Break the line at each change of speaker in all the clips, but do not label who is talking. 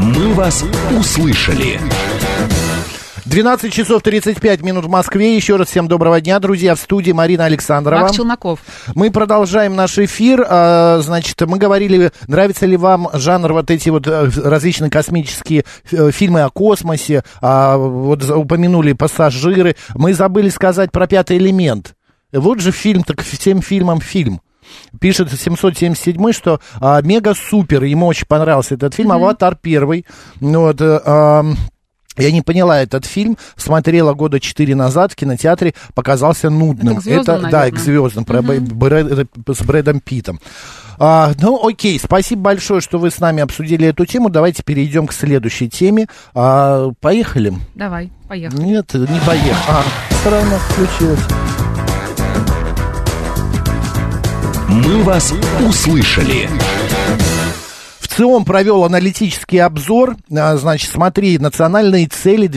Мы вас услышали.
12 часов 35 минут в Москве. Еще раз всем доброго дня, друзья. В студии Марина Александрова.
Марк Челноков.
Мы продолжаем наш эфир. А, Значит, мы говорили, нравится ли вам жанр вот эти вот э, различные космические э, фильмы о космосе. А, Вот за- упомянули пассажиры. Мы забыли сказать про пятый элемент. Вот же фильм, так всем фильмам фильм. Пишет 777, что а, мега-супер, ему очень понравился этот фильм, «Аватар» первый. Ну, вот, э, ам, я не поняла этот фильм, смотрела года четыре назад в кинотеатре, показался нудным.
Это к «Звездам»,
да, и к
наверное.
звездам про Бэ- Брэд- с Брэдом Питом. А, ну, окей, спасибо большое, что вы с нами обсудили эту тему. Давайте перейдем к следующей теме. А, поехали?
Давай, поехали.
Нет, не поехали. А, всё равно включилось.
Мы вас услышали.
В ЦИОМ провел аналитический обзор, а, значит, смотри, национальные цели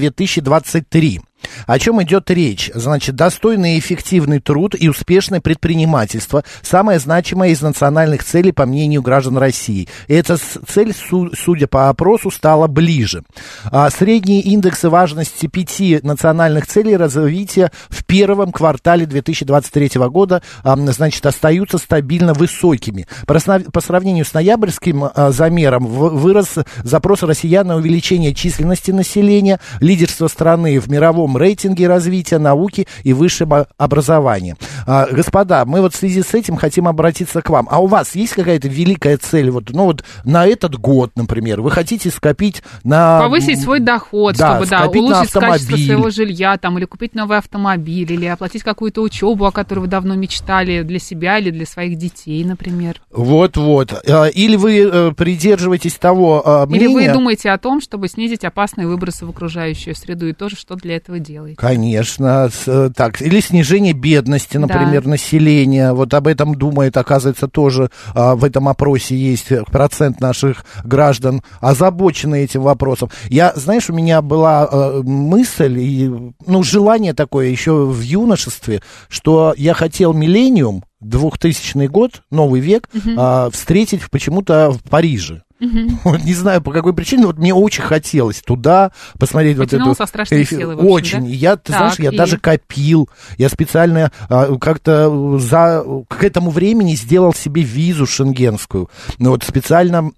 2023. О чем идет речь? Значит, достойный и эффективный труд и успешное предпринимательство – самое значимое из национальных целей, по мнению граждан России. И эта с- цель, су- судя по опросу, стала ближе. А, средние индексы важности пяти национальных целей развития в первом квартале 2023 года, а, значит, остаются стабильно высокими. По, сна- по сравнению с ноябрьским а, замером в- вырос запрос россиян на увеличение численности населения, лидерство страны в мировом рейтинге развития науки и высшего образования. А, господа, мы вот в связи с этим хотим обратиться к вам. А у вас есть какая-то великая цель? Вот, ну вот на этот год, например, вы хотите скопить на...
Повысить свой доход,
да,
чтобы да,
скопить на
улучшить качество
автомобиль.
своего жилья, там, или купить новый автомобиль, или оплатить какую-то учебу, о которой вы давно мечтали для себя или для своих детей, например.
Вот-вот. Э, Или вы э, придерживаетесь того э, мнения...
Или вы думаете о том, чтобы снизить опасные выбросы в окружающую среду и тоже, что для этого делаете.
Конечно, с- э, так. Или снижение бедности, например,
Да.
населения. Вот об этом думает, оказывается, тоже а, в этом опросе есть э, процент наших граждан, озабочены этим вопросом. Я, знаешь, у меня была э, мысль и, ну, желание такое еще в юношестве, что я хотел миллениум, 2000 год, новый век, а, встретить почему-то в Париже. Вот не знаю по какой причине, но вот мне очень хотелось туда посмотреть
Потянуло
вот эту
ну, со страшной
эфир.
силой, в общем,
Очень.
да?
И Я, ты
Так,
знаешь, я
и?
даже копил, я специально а, как-то за к этому времени сделал себе визу шенгенскую. Ну вот специально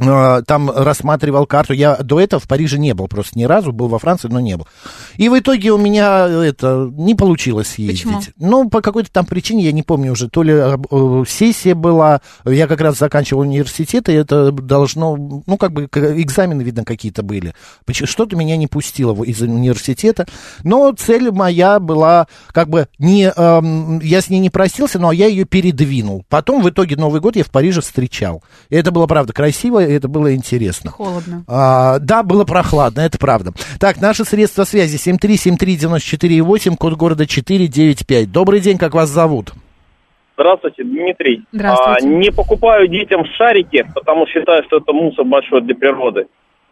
а, там рассматривал карту. Я до этого в Париже не был просто ни разу, был во Франции, но не был. И в итоге у меня это не получилось съездить.
Почему?
Ну, по какой-то там причине, я не помню уже, то ли э, сессия была, я как раз заканчивал университет, и это должно, ну, как бы к- экзамены, видно, какие-то были. Поч- Что-то меня не пустило в- из университета, но цель моя была, как бы, не, эм, я с ней не простился, но я ее передвинул. Потом, в итоге, Новый год я в Париже встречал. И это было, правда, красиво, и это было интересно.
Холодно.
А, да, было прохладно, это правда. Так, наши средства связи 7373948, код города 495. Добрый день, как вас зовут?
Здравствуйте, Дмитрий.
Здравствуйте.
А, не покупаю детям шарики, потому считаю, что это мусор большой для природы.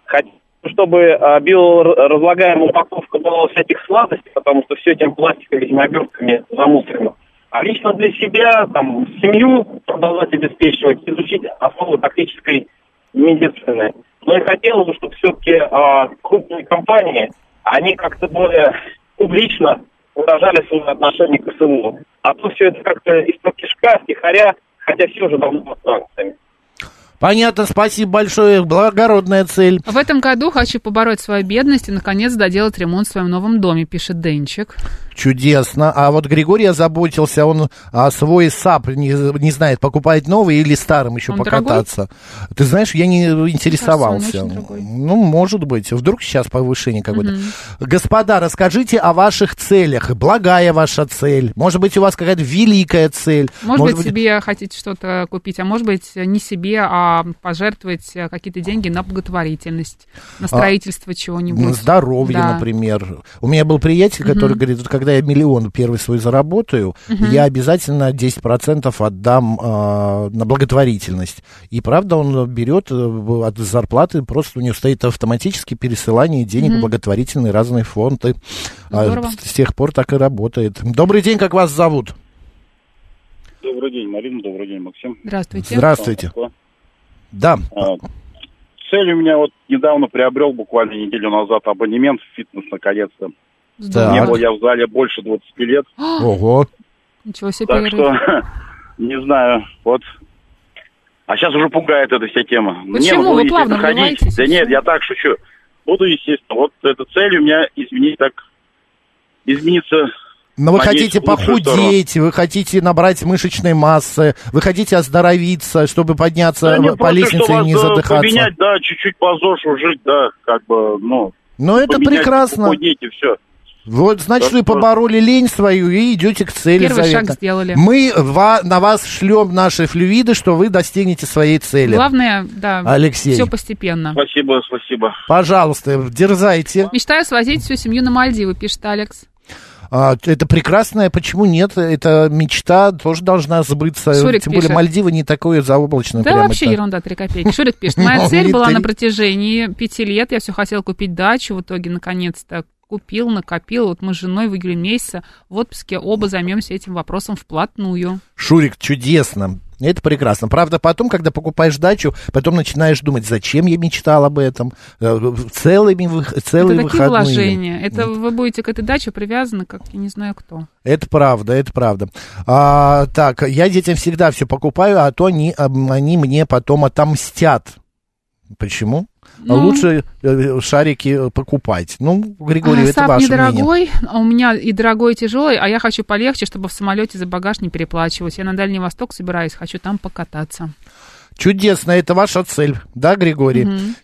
Хочу, чтобы а, биоразлагаемая упаковка была всяких сладостей, потому что все этим пластиком, этими обертками замусорено. А лично для себя, там, семью продолжать обеспечивать, изучить основы тактической медицины. Но я хотел бы, чтобы все-таки крупные компании, они как-то более публично выражали свое отношение к СМУ. А то все это как-то из-под кишка, стихаря, хотя все уже давно под санкциями.
Понятно, спасибо большое, благородная цель.
В этом году хочу побороть свою бедность и, наконец, доделать ремонт в своем новом доме, пишет Денчик.
Чудесно. А вот Григорий озаботился, он а, свой САП не, не знает, покупает новый или старым еще
Он
покататься. Ты знаешь, я не интересовался.
он очень дорогой.
ну, может быть. Вдруг сейчас повышение какое-то. Господа, расскажите о ваших целях. Благая ваша цель. Может быть, у вас какая-то великая цель.
Может, быть, себе хотите что-то купить, а может быть, не себе, а пожертвовать э, какие-то деньги на благотворительность,
А,
на строительство
На
чего-нибудь.
здоровье,
Да.
например. У меня был приятель, который говорит, вот когда я миллион первый свой заработаю, я обязательно 10% отдам а, на благотворительность. И правда, он берет э, в- от зарплаты, просто у него стоит автоматически пересылание денег в благотворительные разные фонды. А,
Здорово.
с тех пор так и работает. Добрый день, как вас зовут?
Добрый день, Марина, добрый день, Максим.
Здравствуйте.
Здравствуйте. Да.
А,
цель у меня вот недавно приобрел буквально неделю назад абонемент в фитнес наконец-то.
Так.
Не был я в зале больше 20 лет,
А
Ого.
Ничего себе
так
перерыв.
что не знаю, вот. А сейчас уже пугает эта вся тема. Мне
Почему?
было,
Вы плавно
естественно, ходить.
вливаетесь,
Да
и
нет,
всё.
я так шучу. Буду, естественно. Вот эта цель у меня изменить так измениться.
Но Ну, вы
Надеюсь,
хотите
в лучшую
похудеть, вы хотите набрать мышечной массы, вы хотите оздоровиться, чтобы подняться
Да не
по
просто,
лестнице
чтобы,
и не
да,
задыхаться.
Поменять, да, чуть-чуть позже жить, да, как бы, ну,
Но это
поменять,
прекрасно.
похудеть и все.
Вот, значит,
Да,
вы побороли лень свою и идете к цели
Первый
заветной.
шаг сделали.
Мы ва- на вас шлем наши флюиды, что вы достигнете своей цели.
Главное, да,
Алексей,
все постепенно.
Спасибо, спасибо.
пожалуйста, дерзайте.
Мечтаю свозить всю семью на Мальдивы, пишет Алекс.
А, это прекрасное, почему нет? Это мечта тоже должна сбыться.
Шурик
Тем более
пишет.
Мальдивы не такое заоблачное.
Да
Ну, прямо
вообще
это.
ерунда, три копейки. Шурик пишет, моя
Ну,
цель
не
была
три.
на протяжении пяти лет, я все хотел купить дачу, в итоге наконец-то купил, накопил. Вот мы с женой в июле месяца в отпуске оба займемся этим вопросом вплотную.
Шурик, чудесно. Это прекрасно. Правда, потом, когда покупаешь дачу, потом начинаешь думать, зачем я мечтал об этом. Э, в- Целыми, вых- целые
это
выходные.
такие вложения. Это вы будете к этой даче привязаны, как я не знаю кто.
Это правда, это правда. А, так, я детям всегда все покупаю, а то они, ам, они мне потом отомстят. Почему?
Ну.
Лучше э, шарики покупать. Ну, Григорий,
А,
это
Сап
ваше мнение.
недорогой, а у меня и дорогой, и тяжелый, а я хочу полегче, чтобы в самолете за багаж не переплачивать. Я на Дальний Восток собираюсь, хочу там покататься.
Чудесно, это ваша цель, да, Григорий?
Мгм.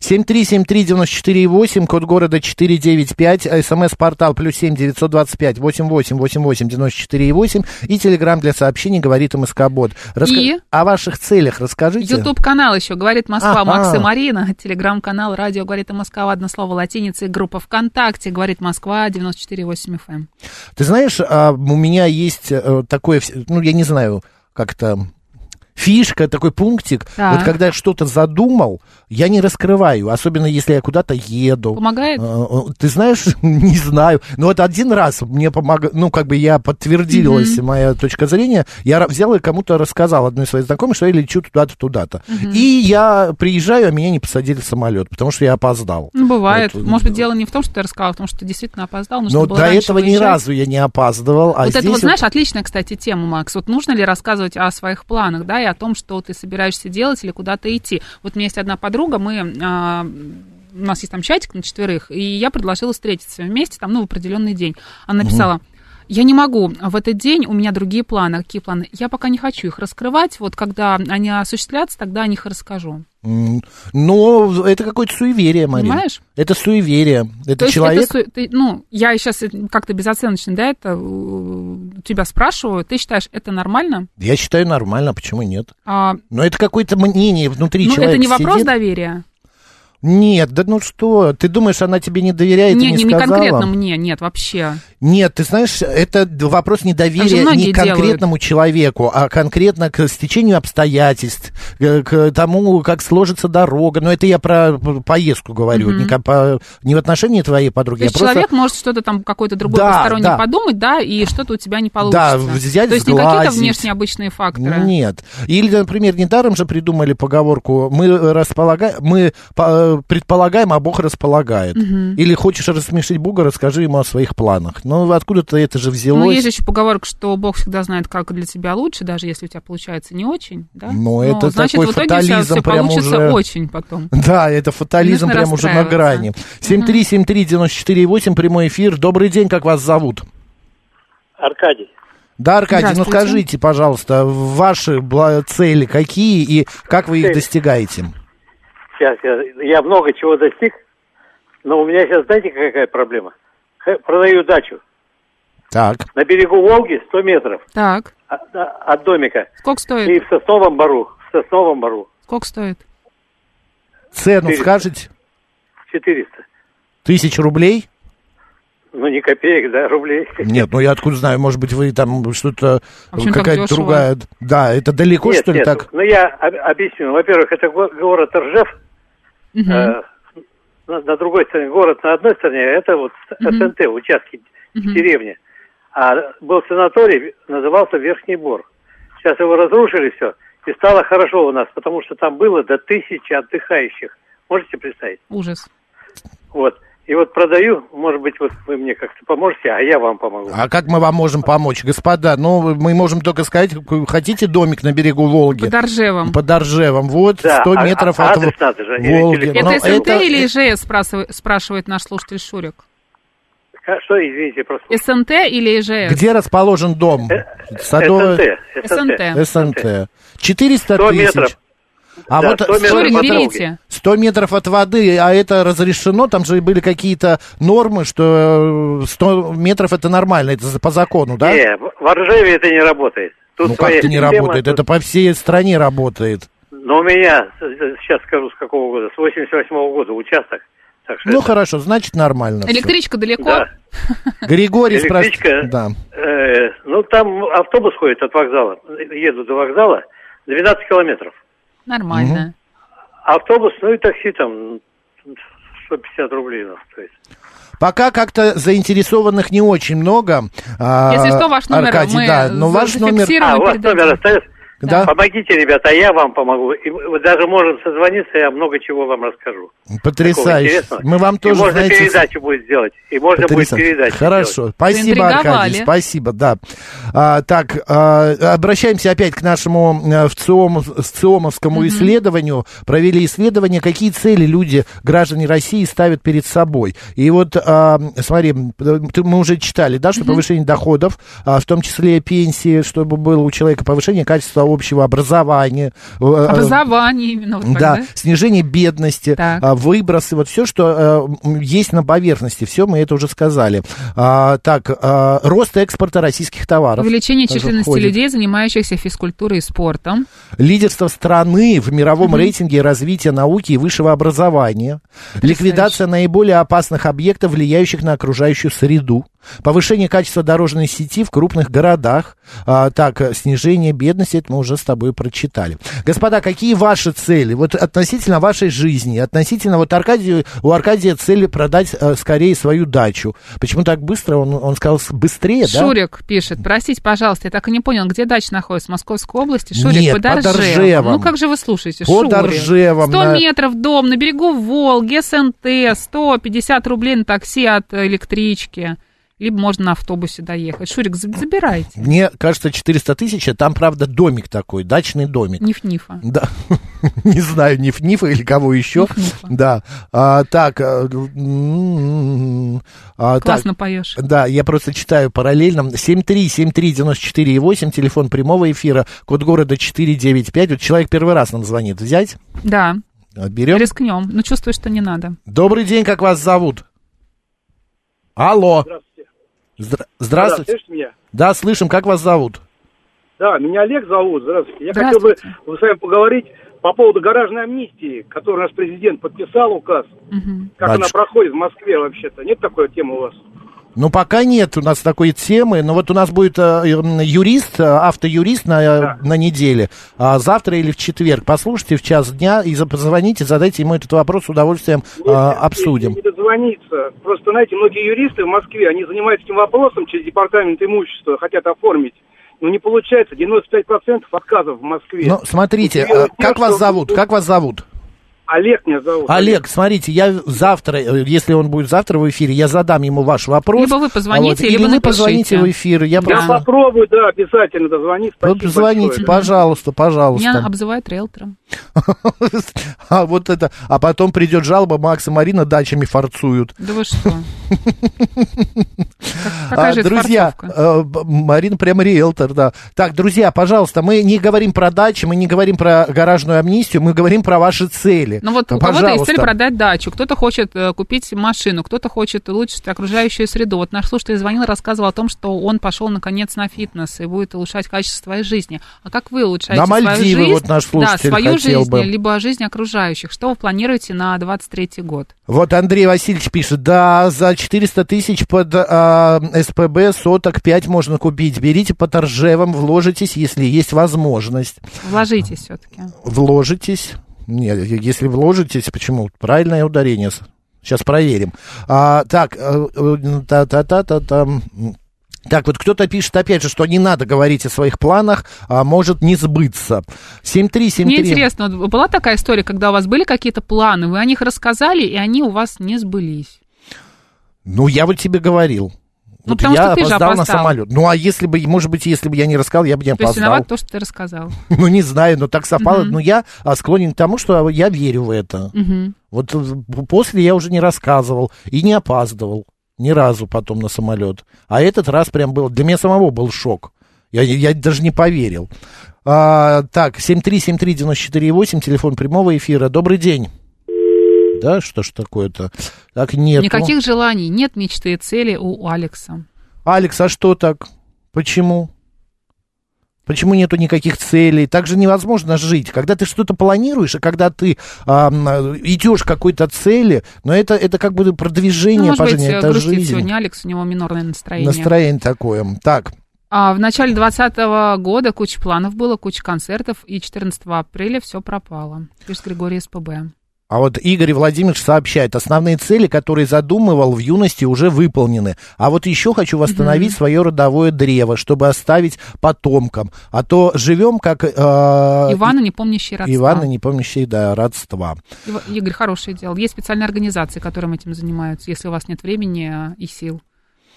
7373948, код города 495, смс-портал плюс 7 925 8888 948 и телеграмм для сообщений говорит МСК-бот. Раска-
И?
О ваших целях расскажите.
Ютуб-канал еще «Говорит Москва»
Ага.
Макс и Марина. Телеграм-канал «Радио говорит Москва» одно слово латиница и группа ВКонтакте «Говорит Москва» 94,8 FM.
Ты знаешь, а, у меня есть э, такое, вс- ну, я не знаю, как это фишка, такой пунктик.
Так.
Вот когда я что-то задумал, я не раскрываю, особенно если я куда-то еду.
Помогает?
Э, э, Ты знаешь, не знаю. Но вот один раз мне помог, ну, как бы я подтвердилась моя точка зрения. Я ра- взял и кому-то рассказал одной своей знакомой, что я лечу туда-то, туда-то. И я приезжаю, а меня не посадили в самолет, потому что я опоздал.
Ну, бывает.
Вот,
Может быть, дело не в том, что ты рассказал, а в том, что ты действительно опоздал. Нужно
Но
было
до
Ну, раньше
этого ни
выезжать.
разу я не опаздывал. А
вот это
здесь
вот,
вот-
знаешь, отличная, кстати, тема, Макс. Вот нужно ли рассказывать о своих планах, да, и о том, что ты собираешься делать или куда-то идти. Вот у меня есть одна подруга, мы... а, у нас есть там чатик на четверых, и я предложила встретиться вместе там, ну, в определенный день. Она написала, я не могу, в этот день у меня другие планы. А Какие планы? Я пока не хочу их раскрывать. Вот когда они осуществлятся, тогда о них и расскажу.
М, Но это какое-то суеверие, Марина.
Понимаешь?
Это суеверие. Это
То есть
человек...
это су- ты- ну, я сейчас как-то безоценочно, да, это э, тебя спрашиваю. Ты считаешь, это нормально?
Я считаю, нормально, почему нет?
А,
Но это какое-то мнение внутри
ну,
человека
это не вопрос
сидит.
доверия?
Нет, да ну что? Ты думаешь, она тебе не доверяет
не,
и не,
не, не
сказала?
конкретно мне, нет, вообще.
Нет, ты знаешь, это д- вопрос
Так же
недоверия
многие
не к конкретному человеку, а конкретно к стечению обстоятельств, к, к тому, как сложится дорога. Но это я про п- поездку говорю, не, ко- по- не в отношении твоей подруги,
То есть
а просто...
человек может что-то там, какой-то другой
Да,
посторонний
да.
подумать, да, и что-то у тебя не получится.
взять,
То есть не какие-то
сглазить.
внешне обычные факторы.
Нет. Или, например, недаром же придумали поговорку «мы, располагаем, мы по- предполагаем, а Бог располагает». Или «хочешь рассмешить Бога, расскажи ему о своих планах». Ну, откуда-то это же взялось.
Ну, есть же еще поговорка, что Бог всегда знает, как для тебя лучше, даже если у тебя получается не очень, да?
Ну, это
значит,
такой
в итоге у тебя
фатализм
все
прям
получится
уже.
очень потом.
Да, это фатализм
Нужно
прям уже на грани. 7373948, прямой эфир. Добрый день, как вас зовут?
Аркадий.
Да, Аркадий, ну
Здравствуйте.
скажите, пожалуйста, ваши бла- цели какие и как вы их
Цели.
достигаете?
Сейчас я, я много чего достиг, но у меня сейчас, знаете, какая проблема? Х- Продаю дачу
Так,
на берегу Волги 100 метров
Так,
от, от домика
сколько
и
стоит?
в Сосновом Бару, в Сосновом Бару
Сколько стоит?
цену
Четыреста.
скажете?
400.
Тысяч рублей?
Ну, не копеек, да, рублей.
Нет, ну я откуда знаю, может быть, вы там что-то,
А почему так
какая-то
дешево?
другая... Да, это далеко,
Нет,
что ли,
нет,
так?
ну я об- объясню. Во-первых, это го- город Ржев,
Мгм.
э, на, на другой стороне, город на одной стороне, а это вот с- СНТ, участки деревни. А был санаторий, назывался Верхний Бор. Сейчас его разрушили все, и стало хорошо у нас, потому что там было до тысячи отдыхающих Можете представить?
Ужас.
Вот. И вот продаю, может быть, вот вы мне как-то поможете, а я вам помогу.
А как мы вам можем помочь, господа? Ну, мы можем только сказать, к- хотите домик на берегу Волги?
Под Оржевом.
Под Оржевом, вот,
Да,
100
а-
метров
а-
от
адрес надо же, или
Волги.
телефон.
Это
Ну,
СМТ или ИЖС, спрашивает, спрашивает наш слушатель Шурик.
А Что, извините, просто...
СМТ или ИЖС?
Где расположен дом?
Э,
Садовое... Э,
СНТ.
СНТ.
СНТ. 400
100
тысяч.
метров.
А
Да,
вот
100 метров.
Шурик,
Метр по
берите.
100 метров от воды, а это разрешено? Там же были какие-то нормы, что э, 100 метров это нормально, это за- по закону, да?
Не, в в Ржеве это не работает. Тут
ну как
своя
это не
система,
работает?
тут-
Это по всей стране работает.
Но у меня, с- с- сейчас скажу, с какого года, с 88 года участок. Так что
Ну
это,
хорошо, значит нормально. всё.
Электричка далеко?
Да.
Григорий
Электричка.
спрашивает. Да.
Э, ну, там автобус ходит от вокзала. Еду до вокзала 12 километров.
Нормально.
Автобус, ну и такси там 150 рублей ну, у нас стоит.
Пока как-то заинтересованных не очень много. а,
Если что, ваш номер
Аркадий,
мы
да, но
за-
ваш номер,
зафиксируем.
А,
Первый
у вас
передадим.
номер остается?
Да.
Помогите, ребята, а я вам помогу. И мы даже можем созвониться, я много чего вам расскажу. Такого
потрясающе.
интересного.
Мы вам
И
тоже,
можно
знаете,
передачу будет сделать. И можно
Потрясающе.
будет передачу
Хорошо,
сделать.
спасибо,
Заинтриговали.
Аркадий, спасибо, да. А, так, а, обращаемся опять к нашему э, ВЦИОМ ВЦИОМовскому исследованию. Провели исследование, какие цели люди, граждане России, ставят перед собой. И вот, а, смотри, м, ты- мы уже читали, да, что повышение доходов, а, в том числе пенсии, чтобы было у человека повышение качества общего образования. э, э,
Образование именно. Вот так,
да,
да?
снижение бедности,
Так.
а, выбросы, вот все, что э, м, есть на поверхности, все мы это уже сказали. А, так, а, рост экспорта российских товаров.
Увеличение
Тоже
численности
входит.
людей, занимающихся физкультурой и спортом.
Лидерство страны в мировом рейтинге развития науки и высшего образования. Ликвидация наиболее опасных объектов, влияющих на окружающую среду. Повышение качества дорожной сети в крупных городах. А, так, э, снижение бедности, это мы уже с тобой прочитали. Господа, какие ваши цели? Вот относительно вашей жизни, относительно вот Аркадию, у Аркадия цели продать э, скорее свою дачу. Почему так быстро? Он, он сказал с- быстрее, да?
Шурик пишет, простите, пожалуйста, я так и не понял, где дача находится, в Московской области? Шурик,
Нет,
под
под
Оржевом.
Оржевом.
Ну как же вы слушаете,
Под
Шурик?
Оржевом,
100
на-
метров дом, на берегу Волги, СНТ, 150 рублей на такси от электрички. Либо можно на автобусе доехать. Шурик, за- забирайте.
Мне кажется, 400 тысяч, а там, правда, домик такой, дачный домик.
Ниф-нифа.
Да, не знаю, Ниф Нифа или кого еще.
Ниф-Нифа.
Да, А, так, а, м, а, так,
Классно поешь.
да, я просто читаю параллельно. 7373948, телефон прямого эфира, код города 495. Вот человек первый раз нам звонит. Взять? а,
Да,
Берем.
рискнем, но чувствую, что не надо.
Добрый день, как вас зовут? Алло.
Здравствуйте.
Здра- Здравствуйте.
слышите меня?
Да, слышим, как вас зовут?
Да, меня Олег зовут. Здравствуйте. Я
Здравствуйте.
хотел бы с вами поговорить по поводу гаражной амнистии, которую наш президент подписал указ.
Мгм.
Как она
Батюшка.
проходит в Москве вообще-то? Нет такой темы у вас?
Ну, пока нет у нас такой темы, но вот у нас будет э, м, юрист, э, автоюрист на, э,
Да.
на неделе, а завтра или в четверг. Послушайте в час дня и за- позвоните, задайте ему этот вопрос, с удовольствием э,
Если-
обсудим.
если не дозвониться. Просто, знаете, многие юристы в Москве, они занимаются этим вопросом через департамент имущества, хотят оформить. Но не получается. 95% отказов в Москве.
Ну, смотрите,
Дело
э,
в том,
как вас
что-
зовут? Как вас зовут?
Олег меня зовут.
Олег, смотрите, я завтра, э, если он будет завтра в эфире, я задам ему ваш вопрос.
Либо вы позвоните,
или
либо
вы
напишите.
позвоните в эфир. Я
Да.
Я
просто...
попробую, да, обязательно дозвониться.
Вот
Спасибо
звоните,
большое.
пожалуйста, пожалуйста.
Меня обзывают риэлтором.
А вот это, а потом придет жалоба, Макс и Марина дачами форцуют.
Да вы что? Как- Какая
А,
же это
друзья,
форцовка?
э, б- Марина прям риэлтор, да. Так, друзья, пожалуйста, мы не говорим про дачи, мы не говорим про гаражную амнистию, мы говорим про ваши цели.
Ну вот у кого-то есть
Пожалуйста.
цель продать дачу, кто-то хочет э, купить машину, кто-то хочет улучшить окружающую среду. Вот наш слушатель звонил и рассказывал о том, что он пошел наконец на фитнес и будет улучшать качество своей жизни. А как вы улучшаете
На
свою
Мальдивы
жизнь?
вот наш
Да,
слушатель
свою
хотел
жизнь,
бы.
либо жизнь окружающих. Что вы планируете на 23-й год?
Вот Андрей Васильевич пишет, да, за 400 тысяч под а, СПБ соток 5 можно купить. Берите по торжевам, вложитесь, если есть возможность.
Вложитесь все-таки.
Вложитесь. Нет, е- если вложитесь, почему? Правильное ударение. Сейчас проверим. А, так, э, э, та-та-та-та-та. Так, вот кто-то пишет, опять же, что не надо говорить о своих планах, а может не сбыться. 7-3-7-3.
Мне интересно, вот была такая история, когда у вас были какие-то планы, вы о них рассказали, и они у вас не сбылись?
Ну, я вот тебе говорил.
Ну,
Вот
потому
я
что ты же
опоздал на
опоздал.
самолет. Ну, а если бы, может быть, если бы я не рассказал, я бы не
То есть
опоздал.
виноват то, что ты рассказал.
Ну, не знаю, но так совпало. Но я а, склонен к тому, что я верю в это. Вот э, после я уже не рассказывал и не опаздывал ни разу потом на самолет. А этот раз прям был... Для меня самого был шок. Я, я даже не поверил. А, так, 7373948, телефон прямого эфира. Добрый день. Да, что ж такое-то? Так, нет.
Никаких желаний, нет мечты и цели у Алекса.
Алекс, а что так? Почему? Почему нету никаких целей? Так же невозможно жить. Когда ты что-то планируешь, и когда ты а, м, идешь к какой-то цели, но это, это как бы продвижение
Ну,
по
может быть,
жизни,
э,
это
грустит
жизнь.
сегодня Алекс, у него минорное настроение.
Настроение такое. Так,
А в начале 2020 года куча планов было, куча концертов, и 14 апреля все пропало. Пишет Григорий СПБ.
а вот Игорь Владимирович сообщает, основные цели, которые задумывал в юности, уже выполнены. А вот еще хочу восстановить свое родовое древо, чтобы оставить потомкам. А то живем как... э,
Ивана, не помнящий родства.
Ивана, не помнящий, да, родства.
Ива- Игорь, хорошее дело. Есть специальные организации, которым этим занимаются, если у вас нет времени э, и сил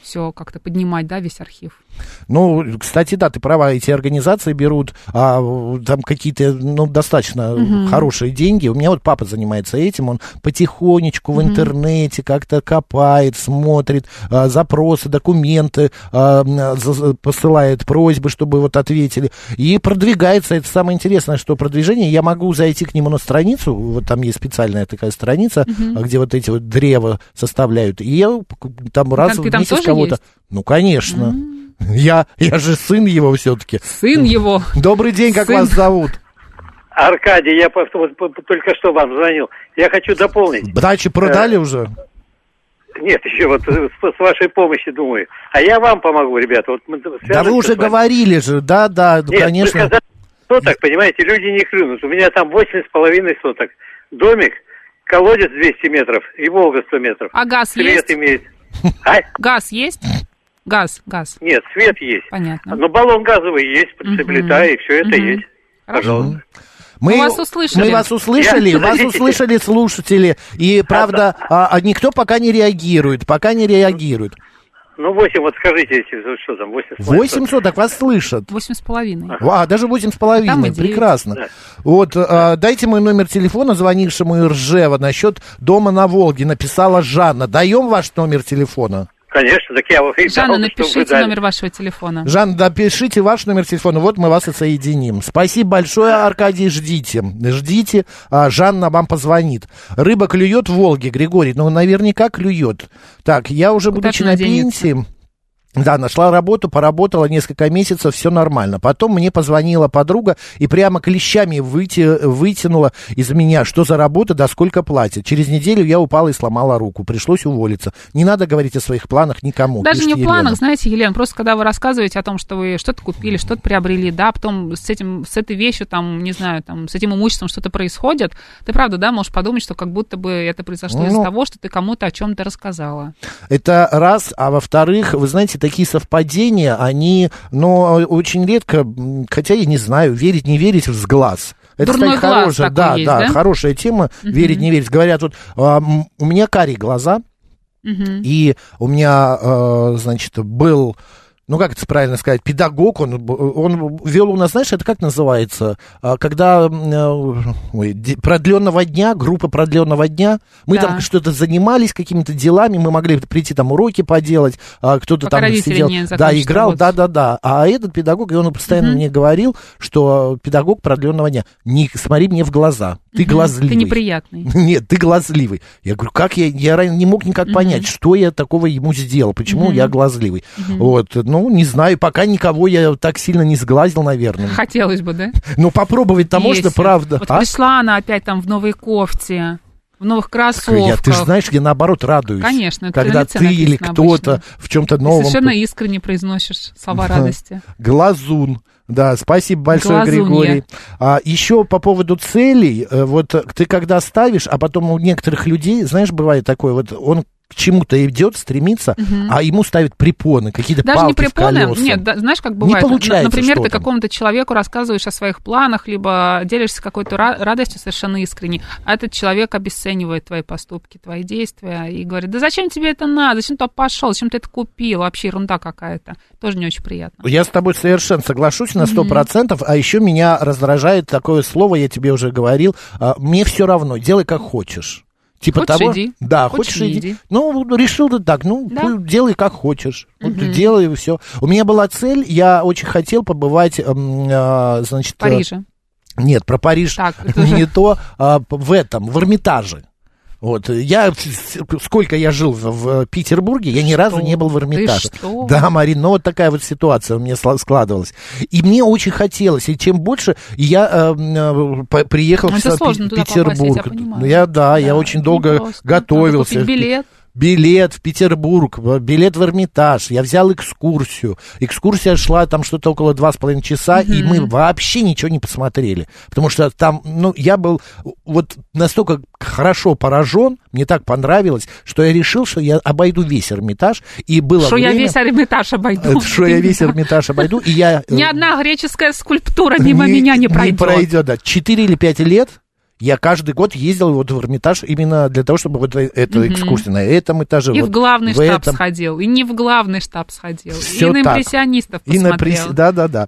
все как-то поднимать, да, весь архив.
Ну, кстати, да, ты права, эти организации берут а, в- там какие-то, ну, достаточно хорошие деньги. У меня вот папа занимается этим, он потихонечку в интернете как-то копает, смотрит а, запросы, документы, а, м, за- за- посылает просьбы, чтобы вот ответили. И продвигается, это самое интересное, что продвижение, я могу зайти к нему на страницу, вот там есть специальная такая страница, а, где вот эти вот древа составляют, и я к- там раз
ты
в
там
месяц
тоже
кого-то...
есть? А.
Ну, конечно. Я, я же сын его все-таки.
Сын его.
Добрый день, как
Сын.
вас зовут?
Аркадий, я по- вот по- по- только что вам звонил. Я хочу дополнить.
Дачи продали
Э,
уже?
Нет, еще вот э, с, с вашей помощью думаю. А я вам помогу, ребята. Вот мы
Да вы
свяжемся
уже
с вами.
говорили же, да, да, ну,
Нет, вы
конечно.
сказали, что так, понимаете, люди не клюнут. У меня там восемь с половиной соток. Домик, колодец 200 метров и Волга 100 метров.
А газ
свет
есть?
имеет. А?
Газ есть? Газ, газ.
Нет, свет есть.
Понятно.
Но баллон газовый есть, подсеплета, и все это
Мгм.
есть. Пожалуйста.
Мы,
мы вас услышали.
Мы вас услышали,
Я-
вас услышали слушатели. И, правда, а, а никто пока не реагирует, пока не реагирует.
Ну, 8, вот скажите, если что там, 8
800, так вас слышат.
Восемь с половиной.
А, даже восемь с
Там и
половиной,
девять.
прекрасно.
Да.
Вот, э, дайте мой номер телефона, звонившему из Ржева, насчет дома на Волге, написала Жанна. Даем ваш номер телефона?
Конечно, так я вам и
Жанна,
дал, чтобы вы
напишите
дали.
номер вашего телефона.
Жан, да пишите ваш номер телефона, вот мы вас и соединим. Спасибо большое, Аркадий, ждите. Ждите, а, Жанна вам позвонит. Рыба клюет в Волге, Григорий, ну наверняка клюет. Так, я уже,
Куда
будучи
ты
на
наденется?
пенсии... Да, нашла работу, поработала несколько месяцев, все нормально. Потом мне позвонила подруга и прямо клещами выйти, вытянула из меня, что за работа, да сколько платят. Через неделю я упала и сломала руку, пришлось уволиться. Не надо говорить о своих планах никому.
Даже
пишет
не в планах,
Елена.
знаете, Елена, просто когда вы рассказываете о том, что вы что-то купили, что-то приобрели, да, потом с этим, с этой вещью, там, не знаю, там, с этим имуществом что-то происходит, ты правда, да, можешь подумать, что как будто бы это произошло из-за
Ну.
того, что ты кому-то о чем-то рассказала.
Это раз, а во-вторых, вы знаете, такие совпадения, они, но очень редко, м, хотя я не знаю, верить, не верить в сглаз. Это,
Дурной
кстати,
глаз
хорошая,
такой
да,
есть,
да,
да?
хорошая тема, верить, не верить. Говорят, вот а, м, у меня карие глаза,
Мгм.
и у меня, э, значит, был, ну как это правильно сказать, педагог, он, б- он вел у нас, знаешь, это как называется, А, когда м, э, ой, де- продленного дня, группа продленного дня, мы
Да.
там что-то занимались какими-то делами, мы могли прийти там уроки поделать, а кто-то
Пока
там
родители
сидел,
не
да,
закончат
играл,
работать.
да-да-да, а этот педагог, и он постоянно мне говорил, что педагог продленного дня, не смотри мне в глаза, ты глазливый.
Ты неприятный.
Нет, ты глазливый. Я говорю, как я, я ран- не мог никак понять, что я такого ему сделал, почему я глазливый. Вот, ну, не знаю, пока никого я так сильно не сглазил, наверное.
Хотелось бы, да?
Но попробовать-то можно,
Если.
правда.
Вот
а?
пришла она опять там в новой кофте, в новых
Я,
кроссовках.
ты же знаешь, я наоборот радуюсь.
Конечно, это на
Когда
лице
ты или
написано
кто-то
обычно.
в чем-то
Ты
новом.
совершенно искренне произносишь слова
Да.
радости.
Глазун. Да, спасибо большое,
Глазунья.
Григорий. А, еще по поводу целей, э, вот э, ты когда ставишь, а потом у некоторых людей, знаешь, бывает такое, вот он к чему-то идет, стремится, а ему ставят препоны, какие-то
Даже не
палки в
препоны,
колеса.
нет, да, знаешь, как
Не
бывает, н-
получается
например, ты
что-то.
какому-то человеку рассказываешь о своих планах, либо делишься какой-то ра- радостью совершенно искренне, а этот человек обесценивает твои поступки, твои действия и говорит, да зачем тебе это надо, зачем ты туда пошел, зачем ты это купил, вообще ерунда какая-то, тоже не очень приятно.
Я с тобой совершенно соглашусь на сто процентов, а еще меня раздражает такое слово, я тебе уже говорил, а, мне все равно, делай как хочешь. Типа
Хочешь,
того,
иди.
да,
Хочешь,
хочешь,
не
иди.
иди.
Ну, вот решил ты так, ну,
Да.
пу- делай как хочешь. Вот делай и все. У меня была цель, я очень хотел побывать, эм, а, значит...
В Париже.
э, Нет, про Париж
Так, это
не
уже-
то, а, п- в этом, в Эрмитаже. Вот, я, с- сколько я жил в, в Петербурге, я ни разу
Что?
не был в
Ты
Эрмитаже.
что?
Да, Марин, ну вот такая вот ситуация у меня сла- складывалась. И мне очень хотелось, и чем больше я эм, э, по- приехал
Ну,
в
это
Пе-
сложно туда
Петербург.
попасть, я понимаю.
Ну, я, да, я очень
не
долго
просто.
готовился.
Надо купить билет.
Билет в Петербург, в- билет в Эрмитаж. Я взял экскурсию. Экскурсия шла там что-то около два с половиной часа, и мы вообще ничего не посмотрели. Потому что там, ну, я был вот настолько хорошо поражен, мне так понравилось, что я решил, что я обойду весь Эрмитаж. И было
Что я
время-
весь Эрмитаж обойду.
это Что я весь Эрмитаж обойду, и я... э,
Ни одна греческая скульптура мимо
не-
меня не
Не
пройдет.
пройдет, да. Четыре или пять лет я каждый год ездил вот в Эрмитаж именно для того, чтобы вот э- эту экскурсию на этом этаже.
И в
вот
главный
в
штаб
этом.
сходил, и не в главный штаб сходил,
Всё
и на
так.
импрессионистов
И на пресс-
посмотрел.
Да, да, да.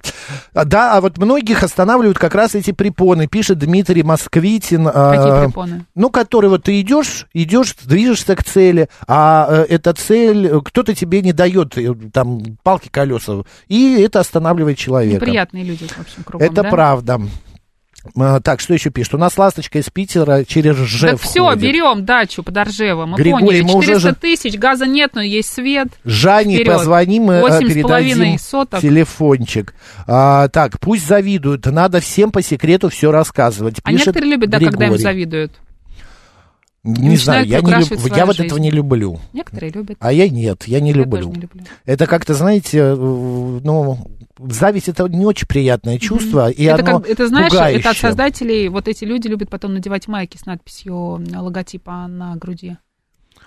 А, Да, а вот многих останавливают как раз эти препоны, пишет Дмитрий Москвитин.
Какие
а,
препоны?
Ну, который вот ты идешь, идешь, движешься к цели, а э, эта цель, э, кто-то тебе не дает э, там палки колеса, и это останавливает человека.
Неприятные люди, в общем, кругом,
Это
да?
правда. Э, Так, что еще пишет? У нас ласточка из Питера через Ж
Так все,
входит.
берем дачу под Ржевом. Мы
Григорий,
поняли,
мы уже
400
же-
тысяч, газа нет, но есть свет.
Жанне
Вперед.
позвоним и э,
Восемь с
передадим
половиной соток.
телефончик. А, так, пусть завидуют, надо всем по секрету все рассказывать.
А
пишет
некоторые любят, да, когда им
Григорий.
завидуют.
Не знаю,
начинают
я, не люб-
приукрашивать
я
свою
вот
жизнь.
этого не люблю.
Некоторые любят.
А я нет, я не
Я
люблю.
тоже не люблю.
Это как-то, знаете, э, ну, зависть это не очень приятное чувство, и
это,
оно
как- это, знаешь, это от
пугающее.
создателей, вот эти люди любят потом надевать майки с надписью э, логотипа на груди.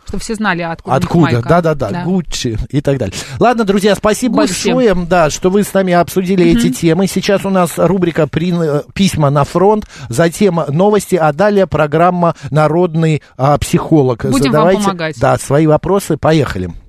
Чтобы все знали, откуда, у них
Откуда?
майка.
Да-да-да, Гуччи и так далее. Ладно, друзья, спасибо
Гуси.
большое, да, что вы с нами обсудили эти темы. Сейчас у нас рубрика «При- э, «Письма на фронт», затем новости, а далее программа «Народный а, психолог».
Будем вам
Задавайте,
помогать.
Да, свои вопросы. Поехали.